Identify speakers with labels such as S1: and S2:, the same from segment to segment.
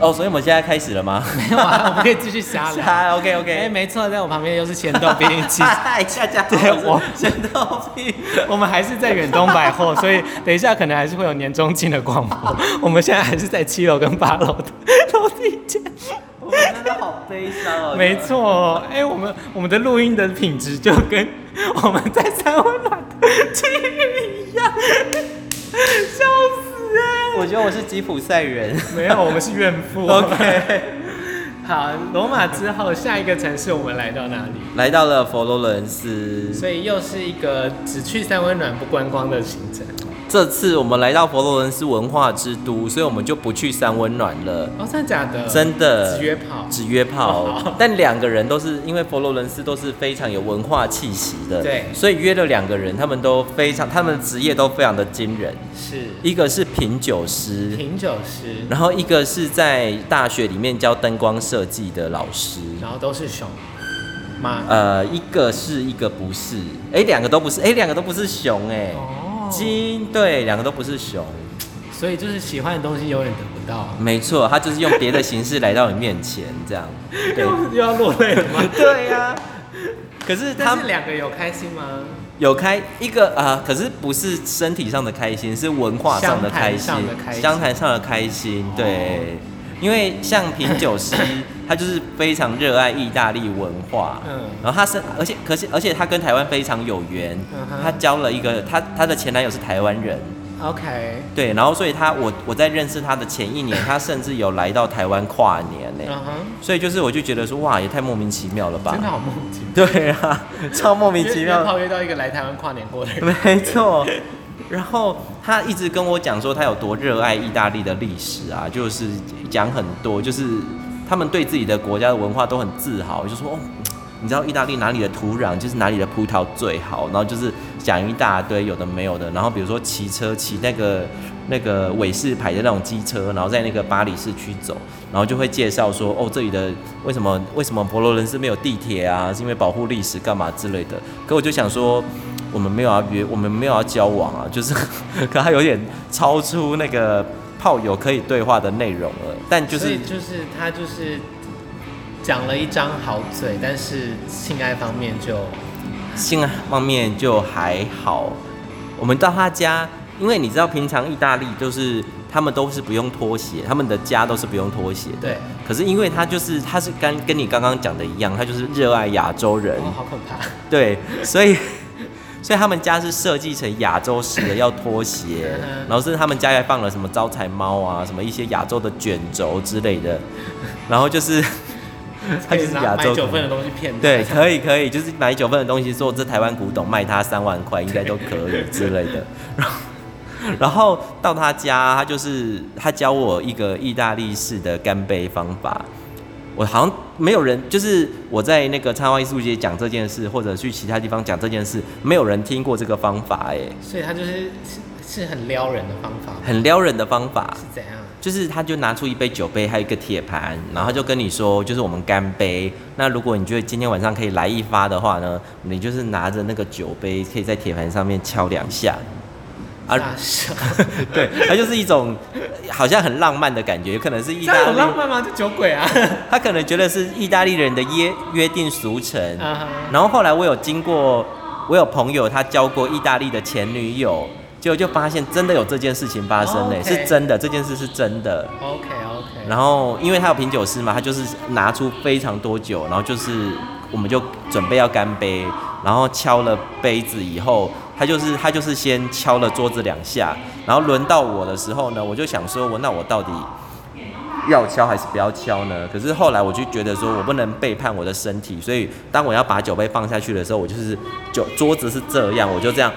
S1: 哦，所以我们现在开始了吗？
S2: 没 有啊，我们可以继续 瞎聊。
S1: 啊，OK 哎
S2: 哎、
S1: OK，
S2: 没错，在我旁边又是千豆冰淇 淋。
S1: 嗨，恰恰
S2: 对我
S1: 神到病，
S2: 我们还是在远东百货，所以等一下可能还是会有年终庆的广播。我们现在还是在七楼跟八楼的楼梯间。
S1: 我们真的好悲伤哦。
S2: 没错，哎、我们我们的录音的品质就跟我们在三温暖的区域一样，笑死哎、
S1: 我觉得我是吉普赛人。
S2: 没有，我们是怨妇。
S1: OK，
S2: 好，罗马之后下一个城市我们来到哪里？
S1: 来到了佛罗伦斯，
S2: 所以又是一个只去三温暖不观光的行程。
S1: 这次我们来到佛罗伦斯文化之都，所以我们就不去三温暖了。
S2: 哦，真的假的？
S1: 真的
S2: 只约跑。
S1: 只约
S2: 好
S1: 炮，但两个人都是因为佛罗伦斯都是非常有文化气息的，
S2: 对
S1: 所以约了两个人，他们都非常，他们的职业都非常的惊人，
S2: 是
S1: 一个是品酒师，
S2: 品酒师，
S1: 然后一个是在大学里面教灯光设计的老师，
S2: 然后都是熊吗？
S1: 呃，一个是一个不是，哎，两个都不是，哎，两个都不是熊，哎，
S2: 哦，
S1: 金对，两个都不是熊，
S2: 所以就是喜欢的东西永远得不到。
S1: 没错，他就是用别的形式来到你面前，这 样，对，
S2: 又要落泪了吗？
S1: 对呀、可是 他
S2: 啊但是两个有开心吗？
S1: 有开一个啊、可是不是身体上的开心，是文化上的开心
S2: 相谈上的开，心哦
S1: 相谈上的开心。对，因为像品酒 师，他就是非常热爱意大利文化，
S2: 嗯
S1: 然后他是，而且可是而且他跟台湾非常有缘
S2: 嗯哼
S1: 他交了一个他他的前男友是台湾人，
S2: 嗯，OK，
S1: 对，然后所以他我我在认识他的前一年，他甚至有来到台湾跨年呢、
S2: 嗯哼，
S1: 所以就是我就觉得说哇，也太莫名其妙了吧
S2: 真的，好莫名其妙。
S1: 对啊， 超莫名其
S2: 约
S1: 妙
S2: 约。炮约到一个来台湾跨年过的人，
S1: 没错。然后他一直跟我讲说他有多热爱意大利的历史啊，就是讲很多，就是他们对自己的国家的文化都很自豪，就说哦，你知道意大利哪里的土壤就是哪里的葡萄最好，然后就是讲一大堆有的没有的，然后比如说骑车骑那个那个韦氏牌的那种机车，然后在那个巴黎市区走，然后就会介绍说哦这里的为什么为什么佛罗伦斯没有地铁啊，是因为保护历史干嘛之类的。可我就想说。我们没有要约，我们没有要交往啊，就是 可他有点超出那个 炮友可以对话的内容了，但就
S2: 所
S1: 是
S2: 以就是他就是讲了一张好嘴，但是性爱方面就
S1: 性啊方面就还好。我们到他家，因为你知道平常意大利就是他们都是不用拖鞋，他们的家都是不用拖鞋的。
S2: 对，
S1: 可是因为他就是他是跟跟你刚刚讲的一样，他就是热爱亚洲 人，
S2: 哦，好可怕。
S1: 对，所以所以他们家是设计成亚洲式的，要拖鞋
S2: 嗯哼，
S1: 然后甚至他们家还放了什么招财猫啊，什么一些亚洲的卷轴之类的，然后就是他
S2: 可
S1: 就
S2: 以
S1: 是
S2: 拿
S1: 亚
S2: 买
S1: 洲
S2: 九份的东西骗他
S1: 对， 可以可以，就是买九份的东西，说这台湾古董卖他三万块，应该都可以之类的。然后，然后到他家，他就是他教我一个意大利式的干杯方法。我好像没有人，就是我在那个插花艺术节讲这件事，或者去其他地方讲这件事，没有人听过这个方法、欸，
S2: 所以他就是是是很撩人的方法吗，
S1: 很撩人的方法。
S2: 是怎样？
S1: 就是他就拿出一杯酒杯，还有一个铁盘，然后他就跟你说，就是我们干杯。那如果你觉得今天晚上可以来一发的话呢，你就是拿着那个酒杯，可以在铁盘上面敲两下。啊
S2: 大笑，
S1: 对，它就是一种好像很浪漫的感觉，可能是
S2: 这
S1: 意
S2: 样
S1: 大
S2: 有浪
S1: 利，
S2: 漫吗？这酒鬼啊！
S1: 他可能觉得是意大利人的约约定俗成。
S2: 啊哈
S1: 然后后来我有经过，我有朋友他交过意大利的前女友，结果就发现真的有这件事情发生呢、
S2: 哦，OK
S1: 是真的，这件事是真的。
S2: OK OK，
S1: 然后因为他有品酒师嘛，他就是拿出非常多酒，然后就是我们就准备要干杯，然后敲了杯子以后，他就是他就是先敲了桌子两下，然后轮到我的时候呢，我就想说，我那我到底要敲还是不要敲呢？可是后来我就觉得说我不能背叛我的身体，所以当我要把酒杯放下去的时候，我就是酒桌子是这样，我就这样。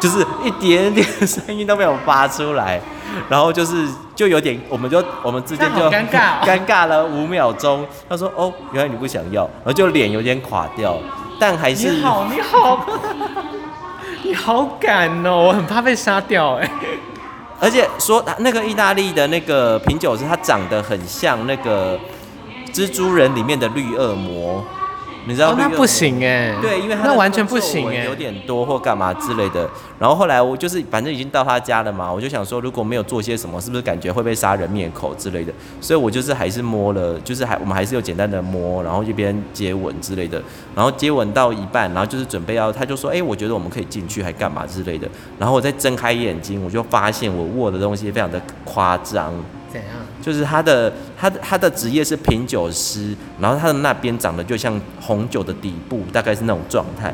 S1: 就是一点点声音都没有发出来，然后就是就有点，我们就我们之间就
S2: 那好尴尬哦
S1: 尴尬了五秒钟。他说：“哦，原来你不想要。”然后就脸有点垮掉，但还是
S2: 你好，你好，你好敢哦！我很怕被杀掉哎。
S1: 而且说那个意大利的那个品酒师，他长得很像那个蜘蛛人里面的绿恶魔，你知道、
S2: 哦那不，行哎、
S1: 对，因为他
S2: 那
S1: 的
S2: 完全
S1: 皱
S2: 不行
S1: 纹
S2: 哎、
S1: 有点多或干嘛之类的。然后后来我就是反正已经到他家了嘛，我就想说如果没有做些什么，是不是感觉会被杀人灭口之类的？所以我就是还是摸了，就是还我们还是有简单的摸，然后一边接吻之类的。然后接吻到一半，然后就是准备要，他就说：“哎、我觉得我们可以进去，还干嘛之类的。”然后我再睁开眼睛，我就发现我握的东西非常的夸张。
S2: 怎样？
S1: 就是他的他的他的职业是品酒师，然后他的那边长得就像红酒的底部，大概是那种状态。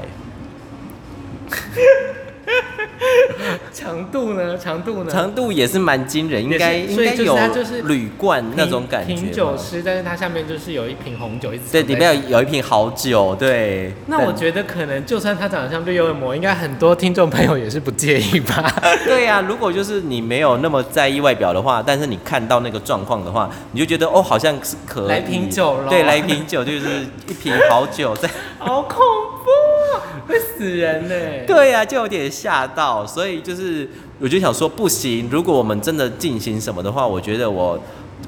S2: 长度呢？长度呢？
S1: 长度也是蛮惊人，应该
S2: 啊也是
S1: 应
S2: 所以
S1: 该
S2: 就是
S1: 有
S2: 它就是
S1: 铝罐那种感觉
S2: 品
S1: 吧
S2: 酒。师，但是它下面就是有一瓶红酒，一直
S1: 对，
S2: 藏在
S1: 里面有有一瓶好酒，对。
S2: 那我觉得可能，就算他长得像绿幽魔，应该很多听众朋友也是不介意吧？
S1: 得 对呀、啊如果就是你没有那么在意外表的话，但是你看到那个状况的话，你就觉得哦，好像是可以
S2: 来瓶酒咯
S1: 对，来瓶酒就是一瓶好啊酒在。
S2: 好恐怖，会死人呢、，
S1: 对呀、就有点吓到，所以就是我就想说，不行，如果我们真的进行什么的话，我觉得我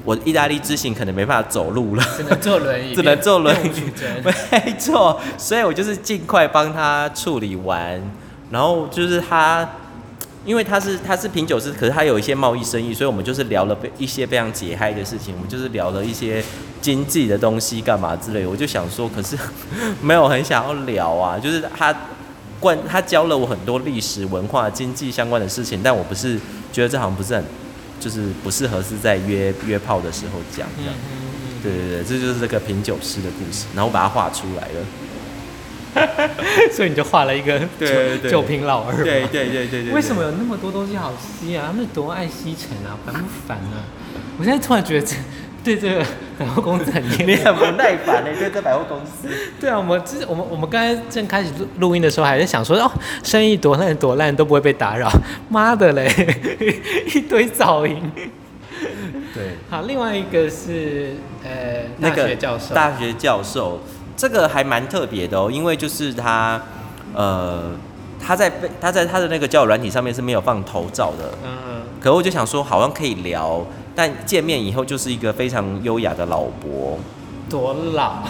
S1: 我意大利之行可能没办法走路了。
S2: 只能坐轮椅，
S1: 只能坐轮
S2: 变
S1: 椅
S2: 变无女真
S1: 没错，所以我就是尽快帮他处理完，然后就是他，因为他是他是品酒师，可是他有一些贸易生意，所以我们就是聊了非一些非常解嗨的事情，我们就是聊了一些经济的东西干嘛之类的，我就想说，可是没有很想要聊啊，就是他。灌他教了我很多历史文化、经济相关的事情，但我不是觉得这好像不是很，就是不适合是在约约炮的时候讲这样。对对对，这就是这个品酒师的故事，然后我把它画出来了。
S2: 所以你就画了一个
S1: 对对
S2: 酒
S1: 对
S2: 酒瓶老二嘛。
S1: 对对对
S2: 为什么有那么多东西好吸啊？他们多爱吸尘啊，烦不烦啊？我现在突然觉得这对这个百货公司 很
S1: 你
S2: 厌恶。
S1: 很不耐烦呢、对这百货公司。
S2: 对啊，我们之我们我们刚才正开始录录音的时候，还在想说哦，生意多烂多烂都不会被打扰， 妈的嘞，一堆噪音。
S1: 对，
S2: 好，另外一个是呃，
S1: 那
S2: 大
S1: 个
S2: 学教授，
S1: 大学教授，这个还蛮特别的哦，因为就是他，呃，他在被他在他的那个交友软体上面是没有放头照的，
S2: 嗯，
S1: 可我就想说好像可以聊，但见面以后就是一个非常优雅的老伯，
S2: 多老，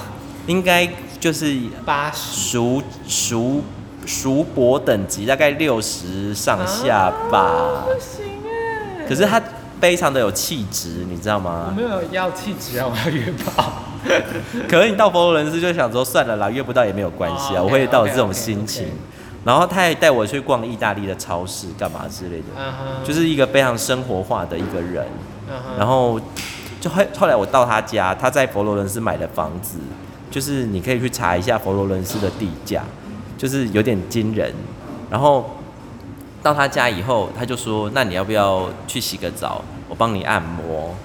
S1: 应该就是
S2: 八十，
S1: 熟熟熟伯等级，大概六十上下吧。
S2: 啊不行哎。
S1: 可是啊他非常的有气质，你知道
S2: 我
S1: 吗？
S2: 没有要气质啊，我要约 炮。
S1: 可能你到佛罗伦斯就想说算了啦，约不到也没有关系啊，
S2: 哦
S1: 我会到
S2: OK，OK，OK，
S1: 这种心情
S2: OK。
S1: 然后他还带我去逛意大利的超市，干嘛之类的，
S2: 嗯哼，
S1: 就是一个非常生活化的一个人。
S2: 嗯哼，
S1: 然后就后后来我到他家，他在佛罗伦斯买的房子，就是你可以去查一下佛罗伦斯的地价，就是有点惊人。然后到他家以后，他就说：“那你要不要去洗个澡？我帮你按摩。”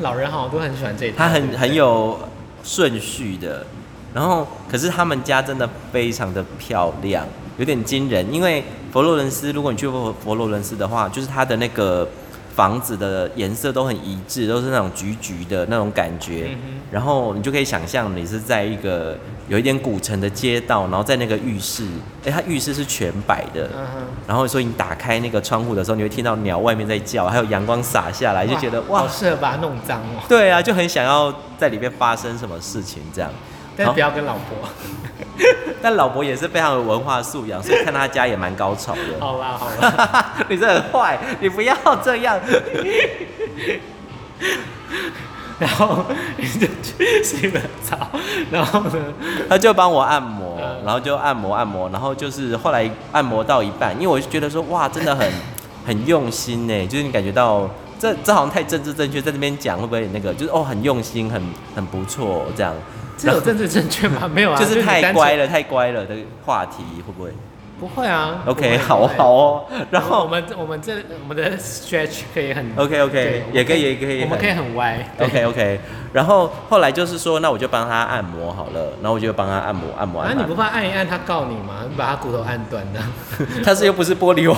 S2: 老人好像都很喜欢这一套，
S1: 他
S2: 对
S1: 很
S2: 不对
S1: 很有顺序的。然后，可是他们家真的非常的漂亮，有点惊人。因为佛罗伦斯，如果你去过佛罗伦斯的话，就是它的那个房子的颜色都很一致，都是那种橘橘的那种感觉。
S2: 嗯哼
S1: 然后你就可以想象，你是在一个有一点古城的街道，然后在那个浴室，诶，它浴室是全白的。
S2: 嗯哼，
S1: 然后，所以你打开那个窗户的时候，你会听到鸟外面在叫，还有阳光洒下来，就觉得哇
S2: 好，适合把它弄脏哦，
S1: 对啊，就很想要在里面发生什么事情这样。
S2: 但是
S1: 好
S2: 不要跟老婆。
S1: 但老伯也是非常有文化素养，所以看他家也蛮高潮的。
S2: 好啦好啦，
S1: 你这很坏，你不要这样。
S2: 然后你就去洗了澡，然后呢，
S1: 他就帮我按摩
S2: 嗯，
S1: 然后就按摩按摩，然后就是后来按摩到一半，因为我就觉得说哇，真的很很用心呢，就是你感觉到这这好像太政治正确，在这边讲会不会那个就是哦很用心，很很不错这样。
S2: 这有政治正确吗？没有啊，
S1: 就是
S2: 你
S1: 太
S2: 单纯
S1: 乖，了，太乖了的话题会不会
S2: 不会啊。
S1: ？OK，
S2: 不会
S1: 好
S2: 不会
S1: 好哦。然
S2: 然后我
S1: 后
S2: 们我们这我们的 stretch 可以很
S1: OK
S2: 对
S1: OK，
S2: 我们
S1: 也可以也可以，
S2: 我们可以很歪。对
S1: OK OK，然后后来就是说，那我就帮他按摩好了，然后我就帮他按摩按摩
S2: 啊，
S1: 按
S2: 你不
S1: 摩。
S2: 怕按一按他告你吗？你把他骨头按断 的，
S1: 他是又不是玻璃碗，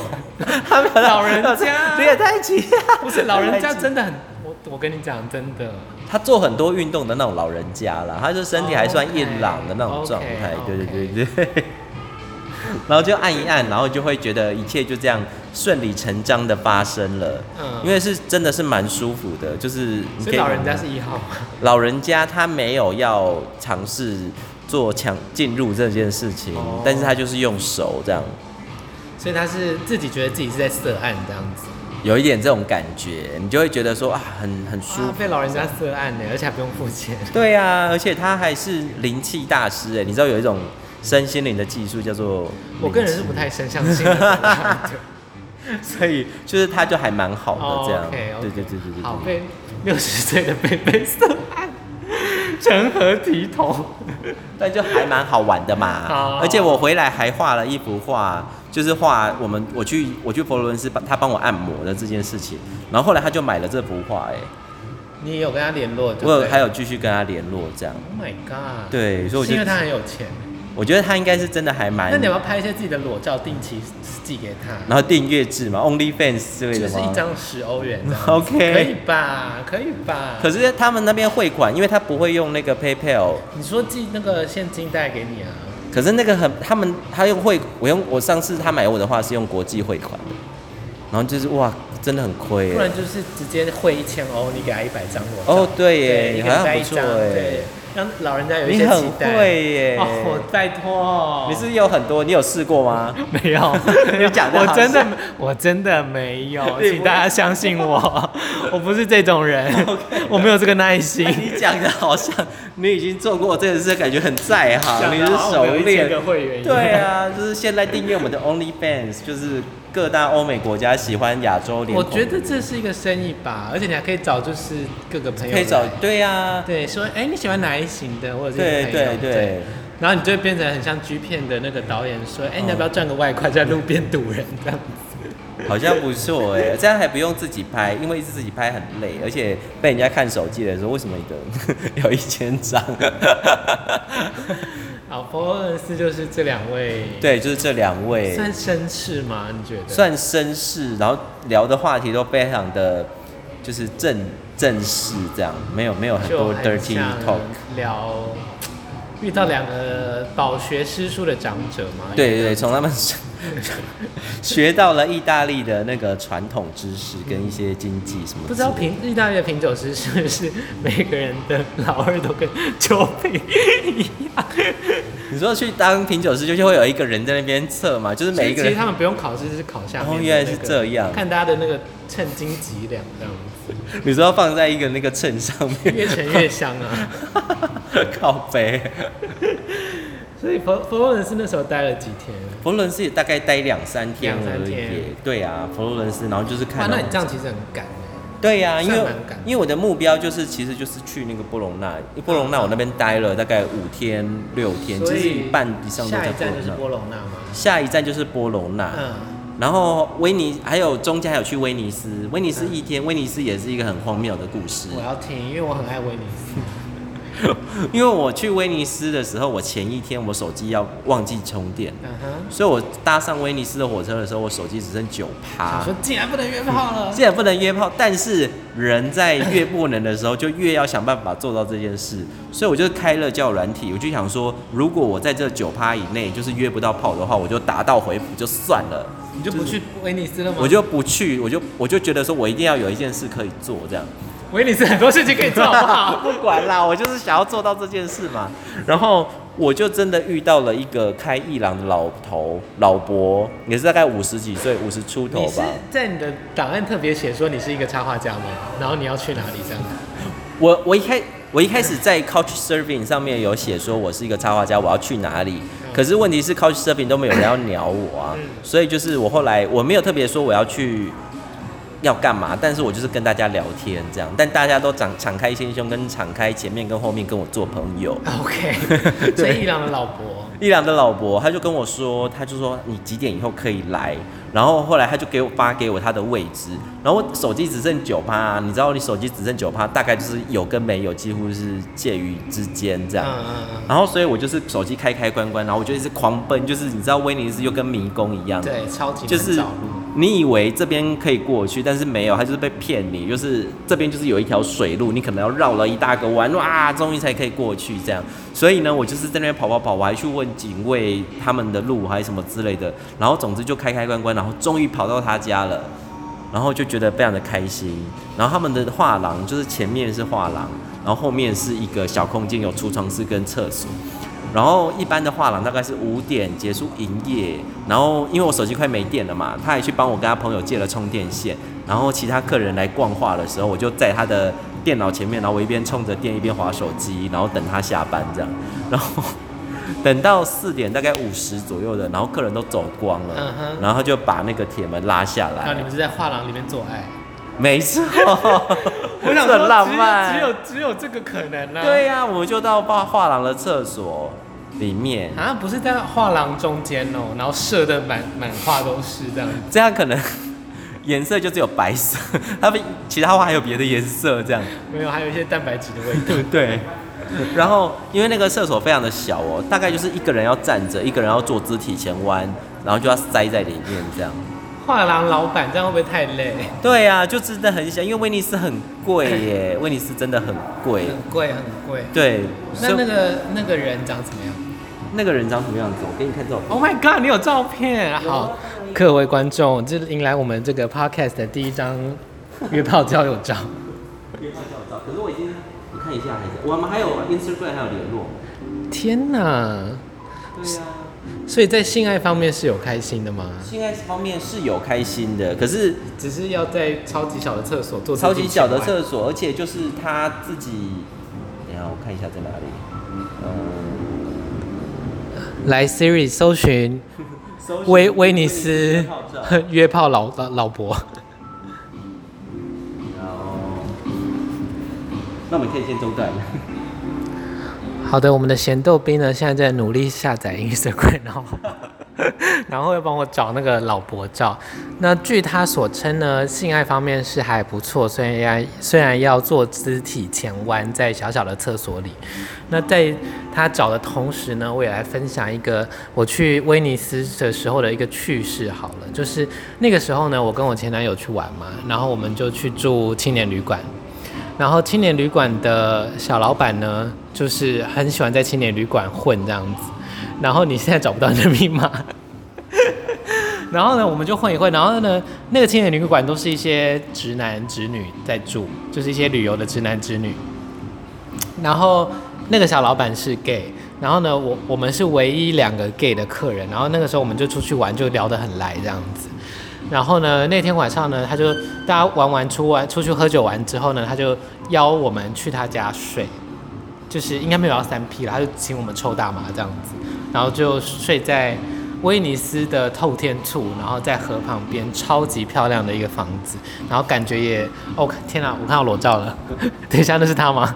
S1: 他没有
S2: 老人家
S1: 你也太急 了。
S2: 不是老人家
S1: 太急
S2: 真的很，我我跟你讲真的，
S1: 他做很多运动的那种老人家啦，他就身体还算硬朗的那种
S2: OK，
S1: 状态，对对
S2: OK
S1: 对对。 然后就按一按，然后就会觉得一切就这样顺理成章的发生了，
S2: 嗯
S1: 因为是真的是蛮舒服的，就是你
S2: 所
S1: 可以
S2: 以老人家是一号吗？
S1: 老人家他没有要尝试做强进入这件事情，
S3: 哦
S1: 但是他就是用手这样，
S2: 所以他是自己觉得自己是在涉案这样子，
S1: 有一点这种感觉，你就会觉得说啊，很很舒
S2: 哇，
S1: 服。
S2: 被老人家涉案呢，而且还不用付钱。
S1: 对啊，而且他还是灵气大师哎，你知道有一种身心灵的技术叫做
S2: 我个人是不太深相信的 对
S1: 所以就是他就还蛮好的这样，
S2: OK，
S1: 对对对对对
S2: 好
S1: 对。
S2: 被六十岁的贝贝涉案，
S3: 成何体统？
S1: 但就还蛮好玩的嘛。
S2: 哦
S1: 而且我回来还画了一幅画，就是画我们我去我去佛罗伦斯帮他帮我按摩的这件事情。然后后来他就买了这幅画，哎，
S2: 你有跟他联络？对不
S1: 我有
S2: 对
S1: 还有继续跟他联络这样。
S2: ，Oh my god，，
S1: 对，所以我
S2: 是因
S1: 觉
S2: 为他
S1: 得
S2: 很有钱。
S1: 我觉得他应该是真的还蛮
S2: 那。你要不要拍一些自己的裸照，定期寄给他？
S1: 然后订阅制嘛，OnlyFans 之类
S2: 就
S1: 的
S2: 是一
S1: 吗？
S2: 张十欧元这样 子
S1: OK
S2: 可以吧？可以吧？
S1: 可是他们那边汇款，因为他不会用那个 PayPal，
S2: 你说寄那个现金带给你啊？
S1: 可是那个很他们他用汇，我用我上次他买我的话是用国际汇款的，然后就是哇，真的很亏
S2: 不
S1: 哎
S2: 然。就是直接汇一千欧，你给他一百张裸照。
S1: 哦，对
S2: 对，一
S1: 耶，
S2: 个
S1: 好
S2: 人
S1: 像
S2: 带
S1: 不
S2: 一
S1: 错
S2: 张，
S1: 哎
S2: 对。，让老人家有一
S1: 你
S2: 些
S1: 很
S2: 期待。
S1: 会耶！
S3: 哦，我拜
S2: 哦
S3: 托，
S1: 你是不是有很多，你有试过吗？
S3: 没有，
S1: 你讲得
S3: 我
S1: 好
S3: 真的
S1: 像，
S3: 我真的没有，
S1: 你
S3: 请
S1: 不
S3: 大家相信我，我不是这种 人，我没有这个耐心。
S1: 你讲的好像你已经做过这件事，感觉很在行，
S3: 讲
S1: 你
S3: 得
S1: 是
S3: 好像
S1: 熟
S3: 我有一千个
S1: 练。
S3: 会员一样
S1: 对，啊，就是现在订阅我们的 OnlyFans，就是各大欧美国家喜欢亚洲脸
S2: 我
S1: 孔。
S2: 觉得这是一个生意吧，而且你还可以找就是各个朋友
S1: 可以找
S2: 来
S1: 对啊，
S2: 对说，哎、你喜欢哪一型的，或者是
S1: 对
S2: 你的朋友
S1: 对对
S2: 然后你就会变成很像 G 片的那个导演说，哎、你要不要赚个外快在路边堵人这样子？
S1: 好像不错哎，这样还不用自己拍，因为一直自己拍很累，而且被人家看手机的时候，为什么你的 有一千张？
S2: 好，佛罗伦斯就是这两位，，
S1: 对，就是这两位，
S2: 算绅士吗？你觉得？
S1: 算绅士，然后聊的话题都非常的，就是正正式这样，没有没有很
S2: 就
S1: 多
S2: 很
S1: dirty
S2: 像
S1: talk。
S2: 聊遇到两个饱学诗书的长者嘛，
S1: 对对对，从他们 学到了意大利的那个传统知识跟一些经济什么之类的。
S2: 不知道品意大利的品酒师是不是每个人的老二都跟酒品一样？
S1: 你说去当品酒师，就是会有一个人在那边测嘛，就是每一个
S2: 其实
S1: 人
S2: 他们不用考试，是考下面、那
S1: 哦
S2: 个
S1: 原来是这样
S2: 看大家的那个称斤几两这样子，
S1: 你说放在一个那个秤上面，
S2: 越沉越香啊。
S1: 靠背。
S2: 所以佛佛罗 伦斯那时候待了几天？
S1: 佛罗伦斯也大概待两三天
S2: 两三
S1: 而
S2: 天
S1: 已。对啊，佛罗伦斯，然后就是
S2: 哇，
S1: 看到。
S2: 那你这样其实很赶欸
S1: 对呀、因为
S2: 算蛮赶
S1: 因为我的目标就是，其实就是去那个波隆纳，因为波隆纳我那边待了大概五天六
S2: 欸，
S1: 天，
S2: 所
S1: 其实一
S2: 以
S1: 半以上都
S2: 下
S1: 在
S2: 一
S1: 波
S2: 站就是
S1: 隆纳。
S2: 波隆纳嘛。
S1: 下一站就是波隆纳，
S2: 嗯，
S1: 然后威尼还有中间还有去威尼斯，威尼斯一天，威尼斯也是一个很荒谬的故事。
S2: 我要听，因为我很爱威尼斯。
S1: 因为我去威尼斯的时候，我前一天我手机要忘记充电，
S2: 嗯哼，
S1: 所以我搭上威尼斯的火车的时候，我手机只剩九
S2: 想
S1: 趴。
S2: 说竟然不能约炮了，
S1: 既然不能约炮，但是人在越不能的时候，就越要想办法做到这件事。所以我就开了交友软体，我就想说，如果我在这九趴以内就是约不到炮的话，我就打道回府就算了，
S2: 你就不去威尼斯了吗？
S1: 我就不去，我就我就觉得说我一定要有一件事可以做这样。
S2: 威尼斯很多事情可以做，啊好不好？
S1: 不管啦，我就是想要做到这件事嘛。然后我就真的遇到了一个开伊朗的老头老伯，也是大概五十几岁，五十出头
S2: 你是
S1: 吧。
S2: 在你的档案特别写说你是一个插画家吗？然后你要去哪里这样？
S1: 我我一开我一开始在 Couch Surfing 上面有写说我是一个插画家，我要去哪里。可是问题是 Couch Surfing 都没有人要鸟我啊， 所以就是我后来我没有特别说我要去要干嘛，但是我就是跟大家聊天这样，但大家都敞敞开心胸，跟敞开前面跟后面跟我做朋友。
S2: OK，所以伊朗的老伯，
S1: 伊朗的老伯，他就跟我说，他就说你几点以后可以来，然后后来他就给我发给我他的位置，然后我手机只剩九趴、你知道你手机只剩九趴，大概就是有跟没有几乎是介于之间这
S2: 嗯
S1: 样。
S2: 嗯嗯，
S1: 然后所以我就是手机开开关关，然后我就一直狂奔，就是你知道威尼斯就跟迷宫一样，
S2: 对，超级
S1: 就
S2: 难
S1: 是
S2: 找路，
S1: 你以为这边可以过去，但是没有，他就是被骗你，就是这边就是有一条水路，你可能要绕了一大个弯，哇，终于才可以过去这样。所以呢，我就是在那边跑跑跑，我还去问警卫他们的路还是什么之类的，然后总之就开开关关，然后终于跑到他家了。然后就觉得非常的开心。然后他们的画廊就是前面是画廊，然后后面是一个小空间，有储藏室跟厕所。然后一般的画廊大概是五点结束营业，然后因为我手机快没电了嘛，他还去帮我跟他朋友借了充电线，然后其他客人来逛画的时候，我就在他的电脑前面，然后我一边充着电一边划手机，然后等他下班这样， 然后等到四点大概五十左右的，然后客人都走光了，
S2: 嗯哼
S1: 然后他就把那个铁门拉下
S2: 然后
S1: 来
S2: 你，们是在画廊里面做 爱，
S1: 没错，
S3: 我想
S1: 这
S3: 说
S1: 很浪漫，
S3: 只有只有只有这个可能
S2: 啊
S3: 啦、
S1: 对呀、我们就到画画廊的厕所里面，
S2: 啊，不是在画廊中间哦，然后射的满满画都是这样。
S1: 这样可能 颜色就只有白色， 它们其他画还有别的颜色这样。
S2: 没有，还有一些蛋白质的味 道。
S1: 对。然后因为那个厕所非常的小哦，大概就是一个人要站着，一个人要坐肢体前弯，然后就要塞在里面这样。
S2: 画廊老板这样会不会太累？
S1: 对呀、就真的很小，因为威尼斯很贵 耶，威尼斯真的很贵。
S2: 很贵，很贵。
S1: 对，
S2: 那
S1: 所以
S2: 那个那个人长怎么样
S1: 那个人长什么样子？我给你看照片。
S2: ？Oh my god！你有啊照片？好，各位观众，这迎来我们这个 podcast 的第一张约炮交友 照。
S1: 约炮叫照，可是我已经，你看一下还是我们还有 Instagram 还有联络。
S2: 天哪！
S1: 对呀、
S2: 所以在性爱方面是有开心的吗？
S1: 性爱方面是有开心的，可是
S2: 只是要在超级小的厕所做
S1: 超级小的
S2: 所，
S1: 厕所，而且就是他自己，等一下我看一下在哪里。嗯，
S2: 来 Siri 搜寻威威尼斯 约炮老老老伯。
S1: 然后，那我们可以先中断。
S2: 好的，我们的咸豆冰呢，现在在努力下载 Instagram，然后 然后要帮我找那个老伯照。那据他所称呢，性爱方面是还不错，虽然虽然要做肢体前弯在小小的厕所里。那在他找的同时呢，我也来分享一个我去威尼斯的时候的一个趣事好了，就是那个时候呢，我跟我前男友去玩嘛，然后我们就去住青年旅馆。然后青年旅馆的小老板呢，就是很喜欢在青年旅馆混这样子。然后你现在找不到你的密码， 然后呢，我们就混一混。然后呢，那个青年旅馆都是一些直男直女在住，就是一些旅游的直男直女。然后那个小老板是 gay，然后呢，我我们是唯一两个 gay 的客人，然后那个时候我们就出去玩，就聊得很来这样子。然后呢，那天晚上呢，他就大家玩完出玩出去喝酒完之后呢，他就邀我们去他家睡，就是应该没有要三 P 了，他就请我们抽大麻这样子，然后就睡在威尼斯的透天厝，然后在河旁边，超级漂亮的一个房子，然后感觉也，哦天哪、我看到裸照了， 等一下那是他吗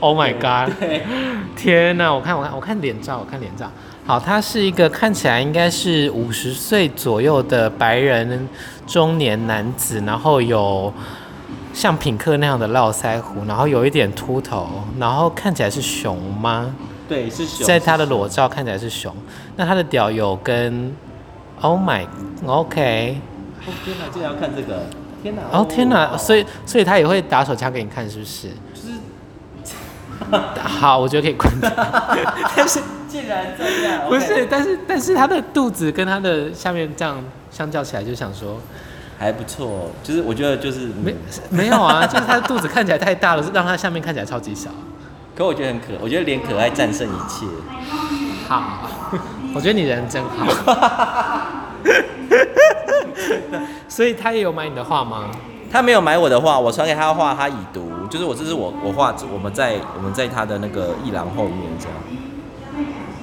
S2: ？Oh my god！天呐，我看我看我看脸照，我看脸照。好，他是一个看起来应该是五十岁左右的白人中年男子，然后有像品客那样的络腮胡，然后有一点秃头，然后看起来是熊吗？
S1: 对，是熊。
S2: 在他的裸照看起来是熊，那他的屌有跟，Oh my，OK，、
S1: 哦天哪，竟然要看这个！天哪！
S2: 哦天哪，
S1: 哦
S2: 所以所以他也会打手枪给你看是不是？ 好，我觉得可以关掉。但是
S1: 竟然这样，
S2: 不
S1: OK
S2: 是，但是但是他的肚子跟他的下面这样相较起来，就想说
S1: 还不错，就是我觉得就是嗯
S2: 没没有啊， 就是他的肚子看起来太大了，是让他下面看起来超级小。
S1: 可我觉得很可，我觉得脸可爱战胜一切。
S2: 好， 我觉得你人真好。 所以他也有买你的画吗？
S1: 他没有买我的画，我传给他的画，他已读，就是我这是我我画，我们在我们在他的那个一栏后面这样。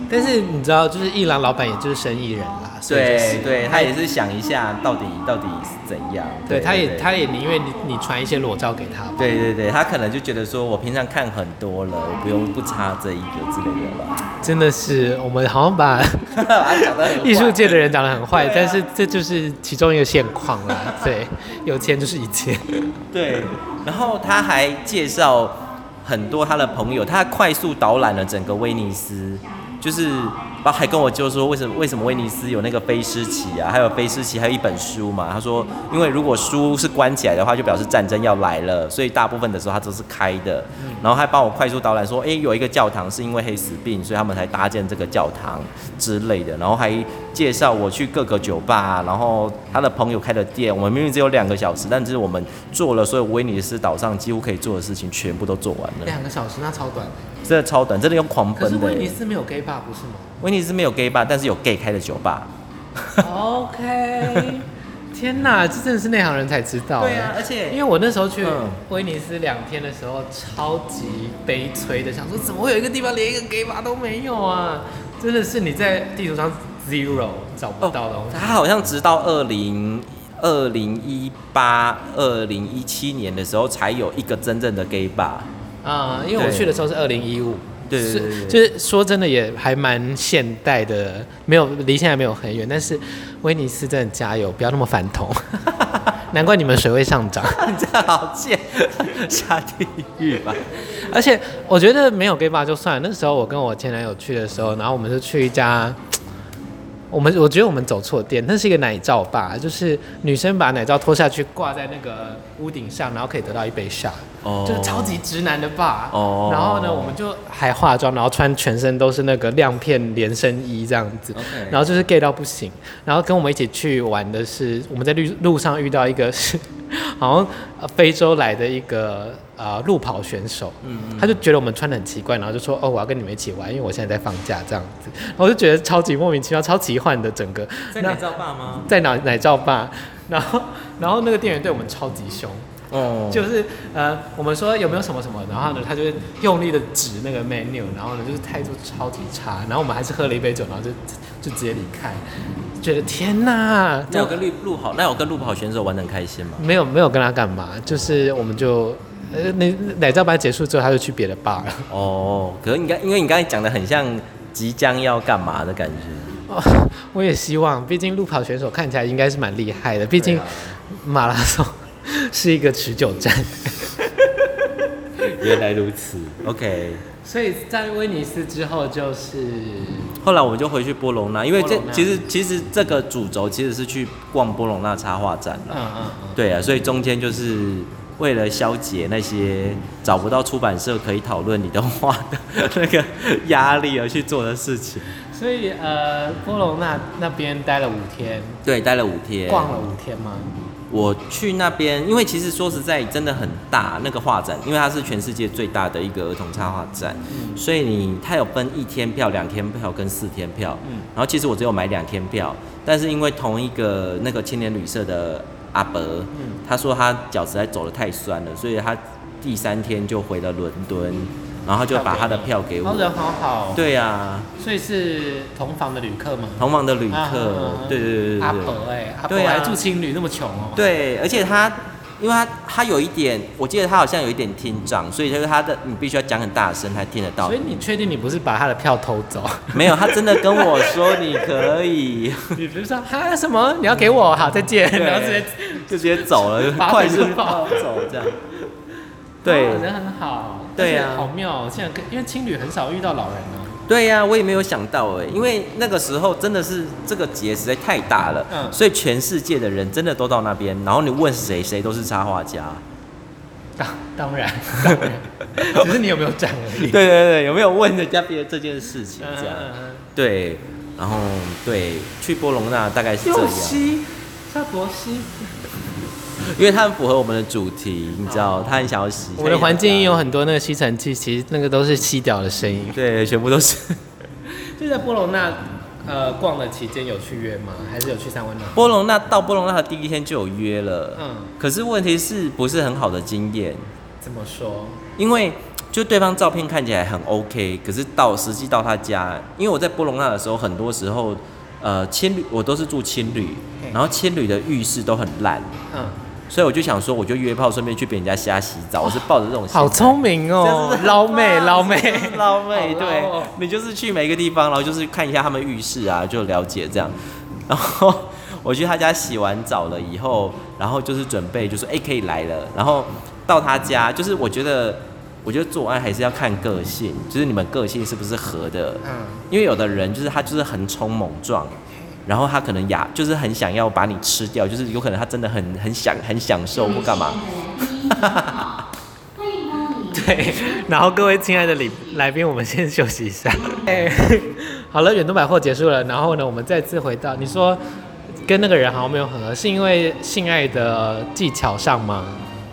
S2: 但是你知道，就是一郎老板也就是生意人啦，所以就是
S1: 对对，他也是想一下到底到底是怎样。
S2: 对，他也他也宁愿你你传一些裸照给他吧。
S1: 对对对，他可能就觉得说我平常看很多了，我不用不差这一个之类的吧。
S2: 真的是，我们好像把
S1: 他讲得很坏
S2: 艺术界的人讲得很坏，
S1: 对啊
S2: 但是这就是其中一个现况 啦。对，有钱就是一切。
S1: 对，然后他还介绍很多他的朋友，他快速导览了整个威尼斯，就是然后还跟我就说为什么为什么威尼斯有那个菲斯奇啊，还有菲斯奇还有一本书嘛，他说因为如果书是关起来的话，就表示战争要来了，所以大部分的时候它都是开的。然后还帮我快速导览说，哎，有一个教堂是因为黑死病，所以他们才搭建这个教堂之类的，然后还介绍我去各个酒吧、然后他的朋友开的店，我们明明只有两个小时，但是我们做了所有威尼斯岛上几乎可以做的事情，全部都做完了，
S2: 两个小时那超短的。
S1: 真的超短，真的用狂
S2: 啊可是
S1: 奔的
S2: 威
S1: 耶。
S2: 尼斯没有 gay bar 不是吗
S1: 威尼斯没有 gay 吧，但是有 gay 开的酒吧。
S2: ？OK，天 哪，这真的是内行人才知道。
S1: 对啊
S2: 哎
S1: 而且
S2: 因为我那时候去
S1: 嗯
S2: 威尼斯两天的时候，超级悲催的，想说怎么会有一个地方连一个 gay bar 都没有啊？真的是你在地图上 zero 找不到的东西。
S1: 他好像直到二零二零一八、二零一七年的时候，才有一个真正的 gay bar。
S2: 啊、因为我
S1: 对
S2: 去的时候是二零一五，
S1: 对对
S2: 是
S1: 对对
S2: 就是说真的也还蛮现代的，没有离现在没有很远，但是威尼斯真的加油，不要那么反 同，难怪你们水位上涨。
S1: 你 这好贱， 下地狱吧！
S2: 而且我觉得没有 gay bar 就算了，那时候我跟我前男友去的时候，然后我们就去一家。我们我觉得我们走错店，那是一个奶罩吧，就是女生把奶罩脱下去挂在那个屋顶上，然后可以得到一杯 shot。
S1: 哦
S2: 就是超级直男的吧。
S1: 哦
S2: 然后呢，我们就还化妆，然后穿全身都是那个亮片连身衣这样子
S1: OK
S2: 然后就是 gay 到不行。然后跟我们一起去玩的是，我们在路路上遇到一个是 好像呃非洲来的一个呃路跑选手，
S1: 嗯
S2: 他就觉得我们穿的很奇怪，然后就说哦我要跟你们一起玩，因为我现在在放假这样子。然后我就觉得超级莫名其妙，超奇幻的整个。那
S1: 知道爸吗？
S2: 在哪奶罩吧？然后然后那个店员对我们超级凶。
S1: 哦，
S2: 就是呃，我们说有没有什么什么，然后呢，他就会用力的指那个 menu，然后呢，就是态度超级差，然后我们还是喝了一杯酒，然后就就直接离开，觉得天哪，
S1: 那有跟路路跑，那有跟路跑选手玩的很开心吗？
S2: 没有没有跟他干嘛，就是我们就呃，那奶罩班结束之后，他就去别的 bar 了。
S1: 哦，可是你刚因为你刚才讲的很像即将要干嘛的感觉，
S2: 我也希望，毕竟路跑选手看起来应该是蛮厉害的，毕竟
S1: 对啊
S2: 马拉松是一个持久战。
S1: 原来如此。OK，
S2: 所以在威尼斯之后就是，
S1: 后来我们就回去波隆那，因为这
S2: 波隆那
S1: 其实其实这个主轴其实是去逛波隆那插画展
S2: 嗯
S1: 了。
S2: 嗯
S1: 对啊，所以中间就是为了消解那些找不到出版社可以讨论你的 画的那个压力而去做的事情。
S2: 嗯，所以呃，波隆那那边待了五天，
S1: 对，待了五天，
S2: 逛了五天吗？
S1: 我去那边，因为其实说实在，真的很大那个画展，因为它是全世界最大的一个儿童插画展，
S2: 嗯
S1: 所以你它有分一天票、两天票跟四天票。
S2: 嗯
S1: 然后其实我只有买两天票，但是因为同一个那个青年旅社的阿伯，
S2: 嗯
S1: 他说他脚实在走的太酸了，所以他第三天就回了伦敦，
S2: 嗯
S1: 然后他就把他的票给
S2: 哦
S1: 我。
S2: 人好好，，
S1: 对啊，
S2: 所以是同房的旅客吗？
S1: 同房的旅
S2: 啊
S1: 客，对对对对对。
S2: 阿伯哎，阿伯
S1: 对啊
S2: 还住青旅，那么穷哦。
S1: 对，而且他，因为他他有一点，我记得他好像有一点听障，所以就是他的你必须要讲很大声才听得到
S2: 所以。你确定你不是把他的票偷 走？
S1: 没有，他真的跟我说你可 以，
S2: 你不是说哈什么？你要给我好再见，
S1: 嗯对
S2: 哎然后直接
S1: 就直接走 了，
S2: 把
S1: 快
S2: 腿
S1: 速
S2: 就抱
S1: 走这样。对
S2: 哦人很好，
S1: 对啊
S2: 而且好妙哦。现在跟因为青旅很少遇到老人 哦。
S1: 对呀、我也没有想到哎、因为那个时候真的是这个节实在太大了，
S2: 嗯
S1: 所以全世界的人真的都到那边，然后你问谁，谁都是插画 家。
S2: 当 当然，当然，只是你有没有站而已。
S1: 对对对，有没有问人家别这件事情
S2: 嗯，
S1: 这样？
S2: 嗯嗯
S1: 对，然后对，去波隆那大概是这
S2: 右
S1: 样。
S2: 西，夏博西，
S1: 因为它很符合我们的主题，你知道，它很想要洗。
S2: 哦我的环境音有很多那个吸尘器，其实那个都是吸屌的声音。
S1: 对，全部都 是
S2: 就在波隆那，呃，逛的期间有去约吗？还是有去三温暖？
S1: 波隆那到波隆那的第一天就有约了，
S2: 嗯，
S1: 可是问题是不是很好的经验？
S2: 怎么说？
S1: 因为就对方照片看起来很 OK，可是到实际到他家，因为我在波隆那的时候，很多时候，呃，青旅我都是住青旅
S2: 嘿，
S1: 然后青旅的浴室都很烂，
S2: 嗯，
S1: 所以我就想说，我就约炮，顺便去别人家瞎洗澡，我是抱着这种心
S2: 好
S1: 态
S2: 聪明哦，捞 妹捞妹，
S1: 捞妹，
S2: 好捞
S1: 对
S2: 哦
S1: 你就是去每个地方，然后就是看一下他们浴室啊，就了解这样。然后我去他家洗完澡了以后，然后就是准备就说哎、诶可以来了，然后到他家就是我觉得。我觉得做爱还是要看个性，就是你们个性是不是合的。
S2: 嗯
S1: 因为有的人就是他就是横冲猛撞，然后他可能呀就是很想要把你吃掉，就是有可能他真的很很想很享受或干嘛。
S2: 对，然后各位亲爱的礼来宾，我们先休息一下。哎，好了，远东百货结束了，然后呢，我们再次回到你说跟那个人好像没有很合，是因为性爱的技巧上吗？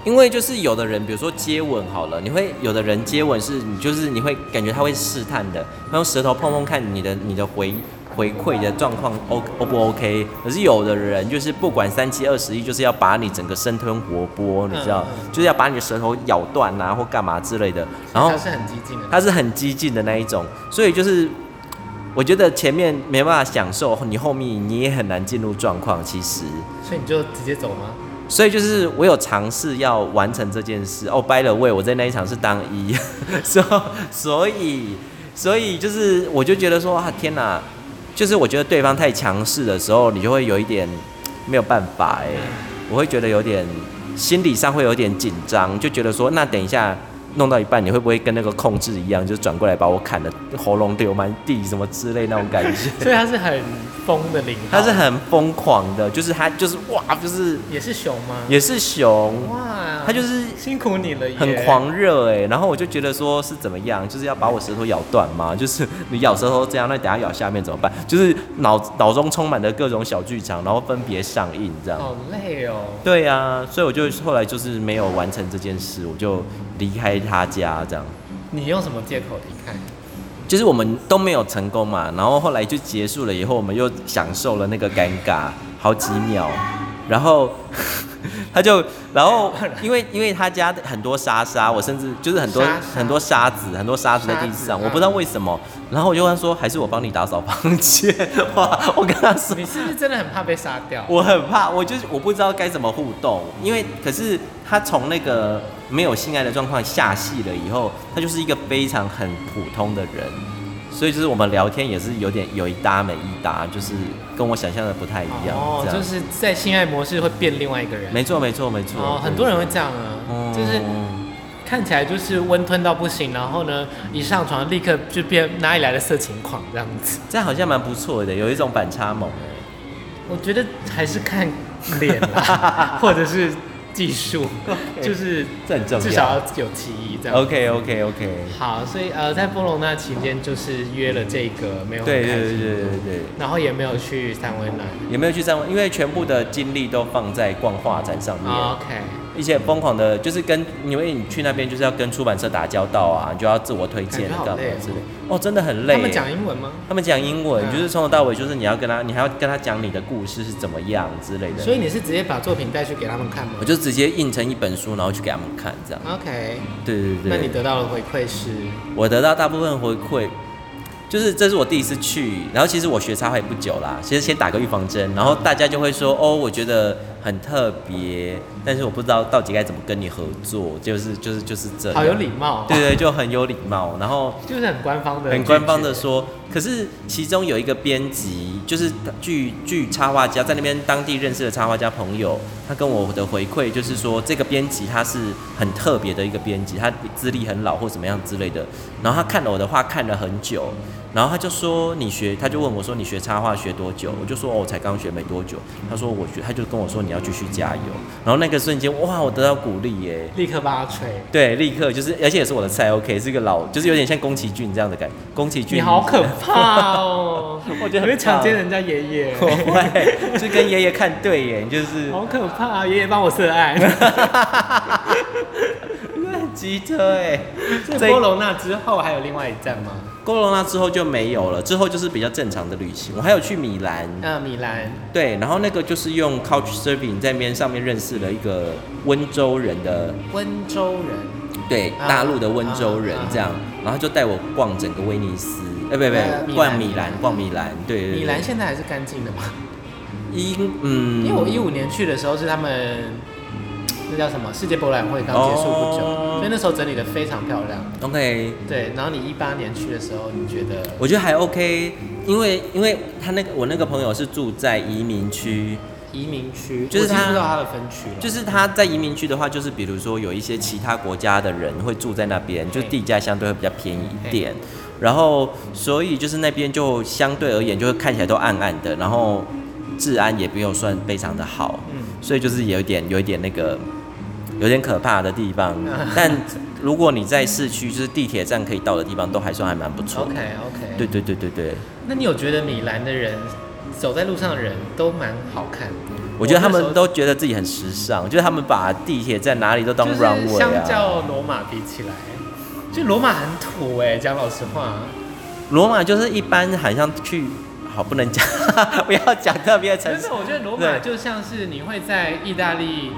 S1: 因为就是有的人，比如说接吻好了，你会有的人接吻是你就是你会感觉他会试探的，他用舌头碰碰看你的你的回回馈的状况 O O 不 OK？可是有的人就是不管三七二十一，就是要把你整个生吞活剥，你知道，
S2: 嗯
S1: 就是要把你的舌头咬断啊或干嘛之类的。然后
S2: 他是很激进的，
S1: 他是很激进的那一种，所以就是我觉得前面没办法享受，你后面你也很难进入状况，其实。
S2: 所以你就直接走吗？
S1: 所以就是我有尝试要完成这件事。哦、b y the way，我在那一场是当一， 所所以所以就是我就觉得说啊，天哪，就是我觉得对方太强势的时候，你就会有一点没有办法哎，我会觉得有点心理上会有点紧张，就觉得说那等一下。弄到一半，你会不会跟那个控制一样，就是转过来把我砍的喉咙流满地什么之类那种感觉？
S2: 所以他是很疯的领导，
S1: 他是很疯狂的，就是他就是哇，就是
S2: 也是熊吗？
S1: 也是熊，
S2: 哇，
S1: 他就是
S2: 辛苦你了耶，
S1: 很狂热哎、然后我就觉得说是怎么样，就是要把我舌头咬断吗？就是你咬舌头这样，那等下咬下面怎么办？就是脑脑中充满了各种小剧场，然后分别上映这样。
S2: 好累哦。
S1: 对啊，所以我就后来就是没有完成这件事，我就离开他家这样。
S2: 你用什么借口离开？
S1: 就是我们都没有成功嘛，然后后来就结束了以后，我们又享受了那个尴尬好几秒，然后 他就，然 后因为因为他家很多沙沙，我甚至就是很多
S2: 沙沙
S1: 很多沙子，很多沙子在地
S2: 沙子
S1: 上，
S2: 嗯
S1: 我不知道为什么，然后我就跟他说，还是我帮你打扫房间， 哇，我跟他说
S2: 你是不是真的很怕被杀掉？
S1: 我很怕，我就是我不知道该怎么互动，因为可是他从那个没有性爱的状况下戏了以后，他就是一个非常很普通的人，所以就是我们聊天也是有点有一搭没一搭，就是跟我想象的不太一样，
S2: 哦，
S1: 这样。
S2: 就是在性爱模式会变另外一个人。
S1: 没错，没错，没错。
S2: 哦，很多人会这样啊，
S1: 嗯，
S2: 就是看起来就是温吞到不行，然后呢，一上床立刻就变哪里来的色情狂这样子。
S1: 这样好像蛮不错的，有一种反差萌。
S2: 我觉得还是看脸 啦，或者是技术，就是
S1: 这很重要
S2: 至少要有其一这样。
S1: OK OK OK，
S2: 好，所以呃，在波隆那期间就是约了这个没有很
S1: 对
S2: 开
S1: 对对
S2: 心
S1: 对对对。
S2: 然后也没有去三温暖。
S1: 有没有去上？因为全部的精力都放在逛画展上面。
S2: 哦 OK，
S1: 一些疯狂的，就是跟因为你去那边就是要跟出版社打交道啊，你就要自我推荐
S2: 感觉好
S1: 干嘛
S2: 累哦
S1: 之类。哦，真的很累。
S2: 他们讲英文吗？
S1: 他们讲英文，
S2: 嗯
S1: 就是从头到尾就是你要跟他，你还要跟他讲你的故事是怎么样之类的。
S2: 所以你是直接把作品带去给他们看吗
S1: 我就直接印成一本书，然后去给他们看，这样。
S2: ？OK，
S1: 对对对。
S2: 啊那你得到的回馈是
S1: 我得到大部分回馈，就是这是我第一次去，然后其实我学插画也不久啦，其实先打个预防针，然后大家就会说哦，我觉得很特别，但是我不知道到底该怎么跟你合作，就是就是就是这样。
S2: 好有礼貌、哦，
S1: 对，对，就很有礼貌，然后
S2: 就是很官方的，
S1: 很官方的，说。嗯可是其中有一个编辑，就是据据插画家在那边当地认识的插画家朋友，他跟我的回馈就是说，这个编辑他是很特别的一个编辑，他资历很老或怎么样之类的。然后他看了我的画看了很久，然后他就说你学，他就问我说你学插画学多久？我就说哦，我才刚学没多久。他说我学，他就跟我说你要继续加油。然后那个瞬间，哇，我得到鼓励耶。
S2: 立刻帮他吹。
S1: 对，立刻就是，而且也是我的菜，OK，是一个老，就是有点像宫崎骏这样的感觉。宫崎骏，
S2: 你好可怕哦！
S1: 我觉得很，
S2: 你会强奸人家爷爷
S1: 哦我会，就跟爷爷看对眼，就是
S2: 好可怕、啊！爷爷帮我 色爱。
S1: 机车哎、
S2: 在
S1: 这
S2: 波隆那之后还有另外一站吗？
S1: 哥罗那之后就没有了，之后就是比较正常的旅行。我还有去米兰，
S2: 那呃米兰
S1: 对，然后那个就是用 Couch Surfing 在面上面认识了一个温州人的，
S2: 温州人，
S1: 对，
S2: 啊
S1: 大陆的温州人
S2: 啊啊
S1: 这样，然后就带我逛整个威尼斯，哎、不
S2: 呃
S1: 不不，
S2: 米兰
S1: 逛米兰，逛米兰，对对对，
S2: 米兰现在还是干净的吗？
S1: 一嗯，
S2: 因为我一五年去的时候是他们那叫什么世界博览会刚结束不久，
S1: 哦
S2: 所以那时候整理的非常漂亮。
S1: OK，
S2: 对，然后你一八年去的时候，你觉得
S1: 我觉得还 OK，因为因为他那个我那个朋友是住在移民区，
S2: 移民区
S1: 就是
S2: 我其实
S1: 它
S2: 不知道它的分区了，
S1: 就是他在移民区的话，就是比如说有一些其他国家的人会住在那边，就地价相对会比较便宜一点，然后所以就是那边就相对而言就会看起来都暗暗的，然后治安也没有算非常的好，
S2: 嗯
S1: 所以就是有一点有一点那个有点可怕的地方，但如果你在市区，就是地铁站可以到的地方，都还算还蛮不错。
S2: OK OK，
S1: 对对对对对，
S2: 那你有觉得米兰的人走在路上的人都蛮好看的？
S1: 我觉得他
S2: 那时
S1: 们
S2: 候
S1: 都觉得自己很时尚，就是他们把地铁站哪里都当
S2: 就是
S1: runway
S2: 相
S1: 啊。
S2: 较罗马比起来，就罗马很土哎、讲老实话，
S1: 罗马就是一般好像去，好不能讲， 不要讲特别的城
S2: 真
S1: 市
S2: 的，。我觉得罗马
S1: 对
S2: 就像是你会在意大利。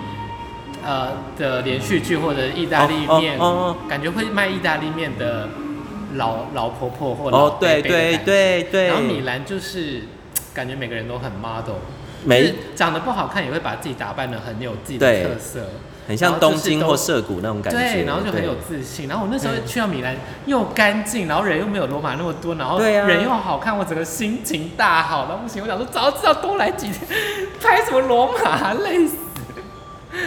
S2: 呃的连续剧或者意大利
S1: 哦哦
S2: 面，
S1: 哦哦
S2: 感觉会卖意大利面的老老婆婆或老
S1: 哦，
S2: 伯伯
S1: 对
S2: 的
S1: 对
S2: 感觉
S1: 对对，
S2: 然后米兰就是感觉每个人都很 model，就是
S1: 没
S2: 长得不好看也会把自己打扮的很有自己的
S1: 对
S2: 特色，
S1: 很像
S2: 然后
S1: 东
S2: 就是
S1: 京
S2: 都
S1: 或涩谷那种感觉。
S2: 对，然后就很有自信。然后我那时候去到米兰，又干净，然后人又没有罗马那么多，然后
S1: 对啊
S2: 人又好看，我整个心情大好到不行。我想说，早知道多来几天，拍什么罗马，累死。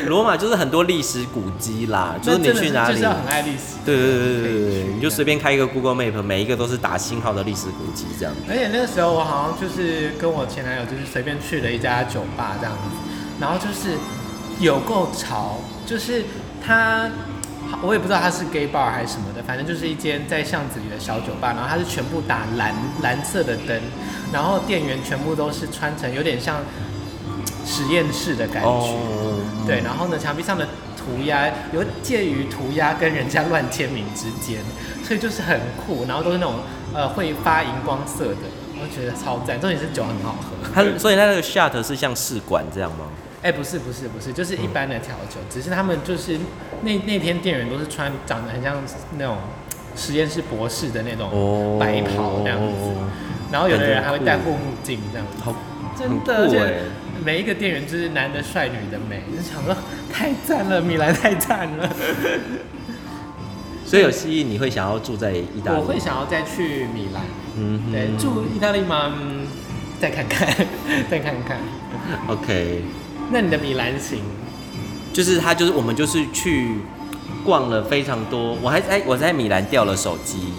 S1: 罗马就是很多历史古迹啦，就是你
S2: 那真的
S1: 去哪
S2: 就
S1: 里
S2: 是，要很爱历史。
S1: 对对对对
S2: 可以
S1: 对
S2: 去
S1: 对，你就随便开一个 Google Map，每一个都是打星号的历史古迹这样。
S2: 而且那个时候我好像就是跟我前男友就是随便去了一家酒吧这样子，然后就是有够潮，就是他。我也不知道他是 gay bar 还是什么的，反正就是一间在巷子里的小酒吧，然后它是全部打蓝蓝色的灯，然后店员全部都是穿成有点像实验室的感觉，
S1: 哦，
S2: 对，然后呢，墙壁上的涂鸦有介于涂鸦跟人家乱签名之间，所以就是很酷，然后都是那种呃会发荧光色的，我觉得超赞。重点是酒很好喝，
S1: 它所以它那个 shot 是像试管这样吗？
S2: 哎、不是不是不是，就是一般的调酒，只是他们就是那那天店员都是穿长得很像那种实验室博士的那种
S1: 哦，
S2: 白袍那样子，然后有的人还会戴
S1: 感
S2: 护
S1: 觉很酷
S2: 目镜这样子。
S1: 哦好，
S2: 真的，而
S1: 很酷
S2: 且
S1: 欸
S2: 每一个店员就是男的帅，女的美，就想说太赞了，米兰太赞了。
S1: 所以有吸引你会想要住在意 大利？
S2: 我会，想要再去米兰，
S1: 嗯哼，
S2: 对，住意大利吗？嗯再看看， 再看看。
S1: OK，
S2: 那你的米兰行，
S1: 就是他就是我们就是去逛了非常多，我还在我在米兰掉了手机，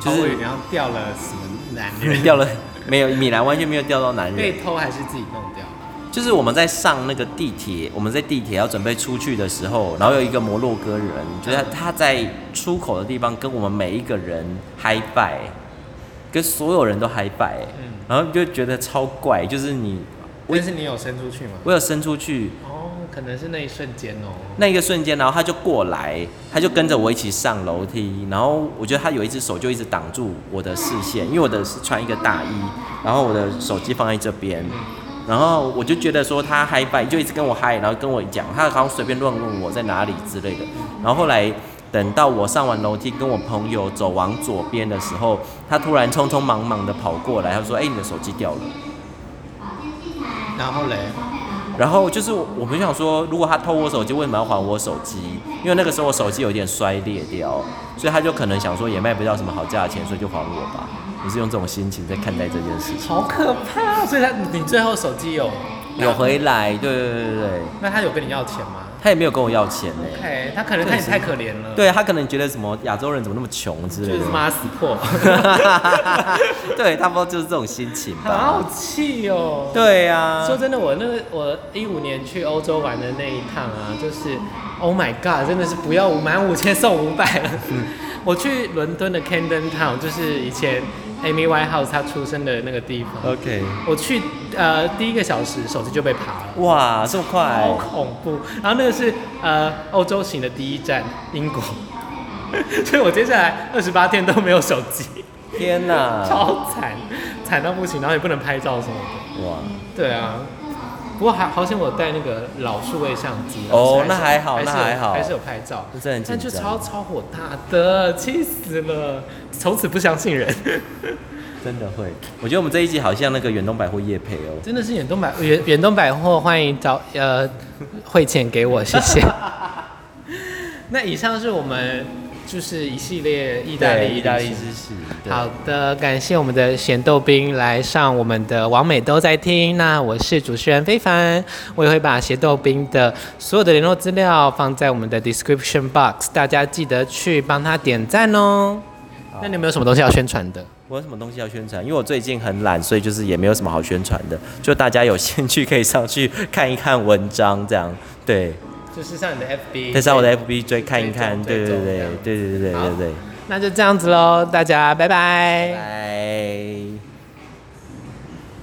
S1: 就
S2: 就是
S1: 是
S2: 你要哦掉了什么男人？
S1: 掉了，没有米兰完全没有掉到男人
S2: 被，偷还是自己弄掉？
S1: 就是我们在上那个地铁，我们在地铁要准备出去的时候，然后有一个摩洛哥人，就是
S2: 嗯
S1: 他他在出口的地方跟我们每一个人嗨拜，跟所有人都嗨拜，
S2: 嗯，
S1: 然后就觉得超怪，就是你我
S2: 但是你有伸出去吗？
S1: 我有伸出去
S2: 哦，可能是那一瞬间哦。
S1: 那一个瞬间，然后他就过来，他就跟着我一起上楼梯，然后我觉得他有一只手就一直挡住我的视线，因为我的是穿一个大衣，然后我的手机放在这边，然后我就觉得说他嗨拜，就一直跟我嗨，然后跟我讲，他好像随便乱问我在哪里之类的，然后后来。等到我上完楼梯，跟我朋友走往左边的时候，他突然匆匆忙忙的跑过来，他说：“哎、你的手机掉了。”
S2: 然后嘞，
S1: 然后就是我我们就想说，如果他偷我手机，为什么要还我手机？因为那个时候我手机有点摔裂掉，所以他就可能想说也卖不到什么好价钱，所以就还我吧。我是用这种心情在看待这件事 情。
S2: 好可怕！所以他你最后手机有
S1: 有回来，对对对对对，
S2: 那他有跟你要钱吗
S1: 他也没有跟我要钱呢、
S2: ？OK，他可能看你太可怜了，，
S1: 对他可能觉得什么亚洲人怎么那么穷之
S2: 就
S1: 类
S2: 是
S1: 的，
S2: 妈死破，
S1: 对，差不多就是这种心情
S2: 好
S1: 吧。
S2: 气哦。
S1: 对啊，
S2: 说真的，我那个我一五年去欧洲玩的那一趟啊，就是 Oh my God，真的是不要五满五千送五百了。我去伦敦的 Camden Town，就是以前 Amy Winehouse 她出生的那个地方。
S1: OK，
S2: 我去呃第一个小时，手机就被爬了。
S1: 哇，这么快
S2: 好，恐怖！然后那个是呃欧洲行的第一站英国， 所以我接下来二十八天都没有手机，
S1: 天哪，
S2: 超惨，惨到不行，然后也不能拍照什么的。
S1: 哇，
S2: 对啊，不过还好险我带那个老数位相机。
S1: 哦
S2: 然后是
S1: 那还好
S2: 是有
S1: 那还好
S2: 还是有拍照，
S1: 这真的很紧
S2: 但
S1: 张
S2: 就超超火大的，气死了，从此不相信人。
S1: 真的会。我觉得我们这一集好像那个远东百货夜配哦。
S2: 真的是远东百远远东百货，欢迎找呃汇钱给我，谢 谢。那以上是我们就是一系列意大利
S1: 意大利
S2: 旅行
S1: 知识。对
S2: 好，的，感谢我们的咸豆冰来上我们的王美都在听。那我是主持人非凡，我也会把咸豆冰的所有的联络资料放在我们的 description box，大家记得去帮他点赞哦。那你有没有什么东西要宣传的？
S1: 我有什么东西要宣传？因为我最近很懒，所以就是也没有什么好宣传的。就大家有兴趣可以上去看一看文章，这样对。
S2: 就是上你的 FB，
S1: 再上我的 FB 追看一看，
S2: 追
S1: 对
S2: 踪
S1: 对对
S2: 这样
S1: 对对对对对对，
S2: 那就这样子喽，大家拜拜
S1: 拜。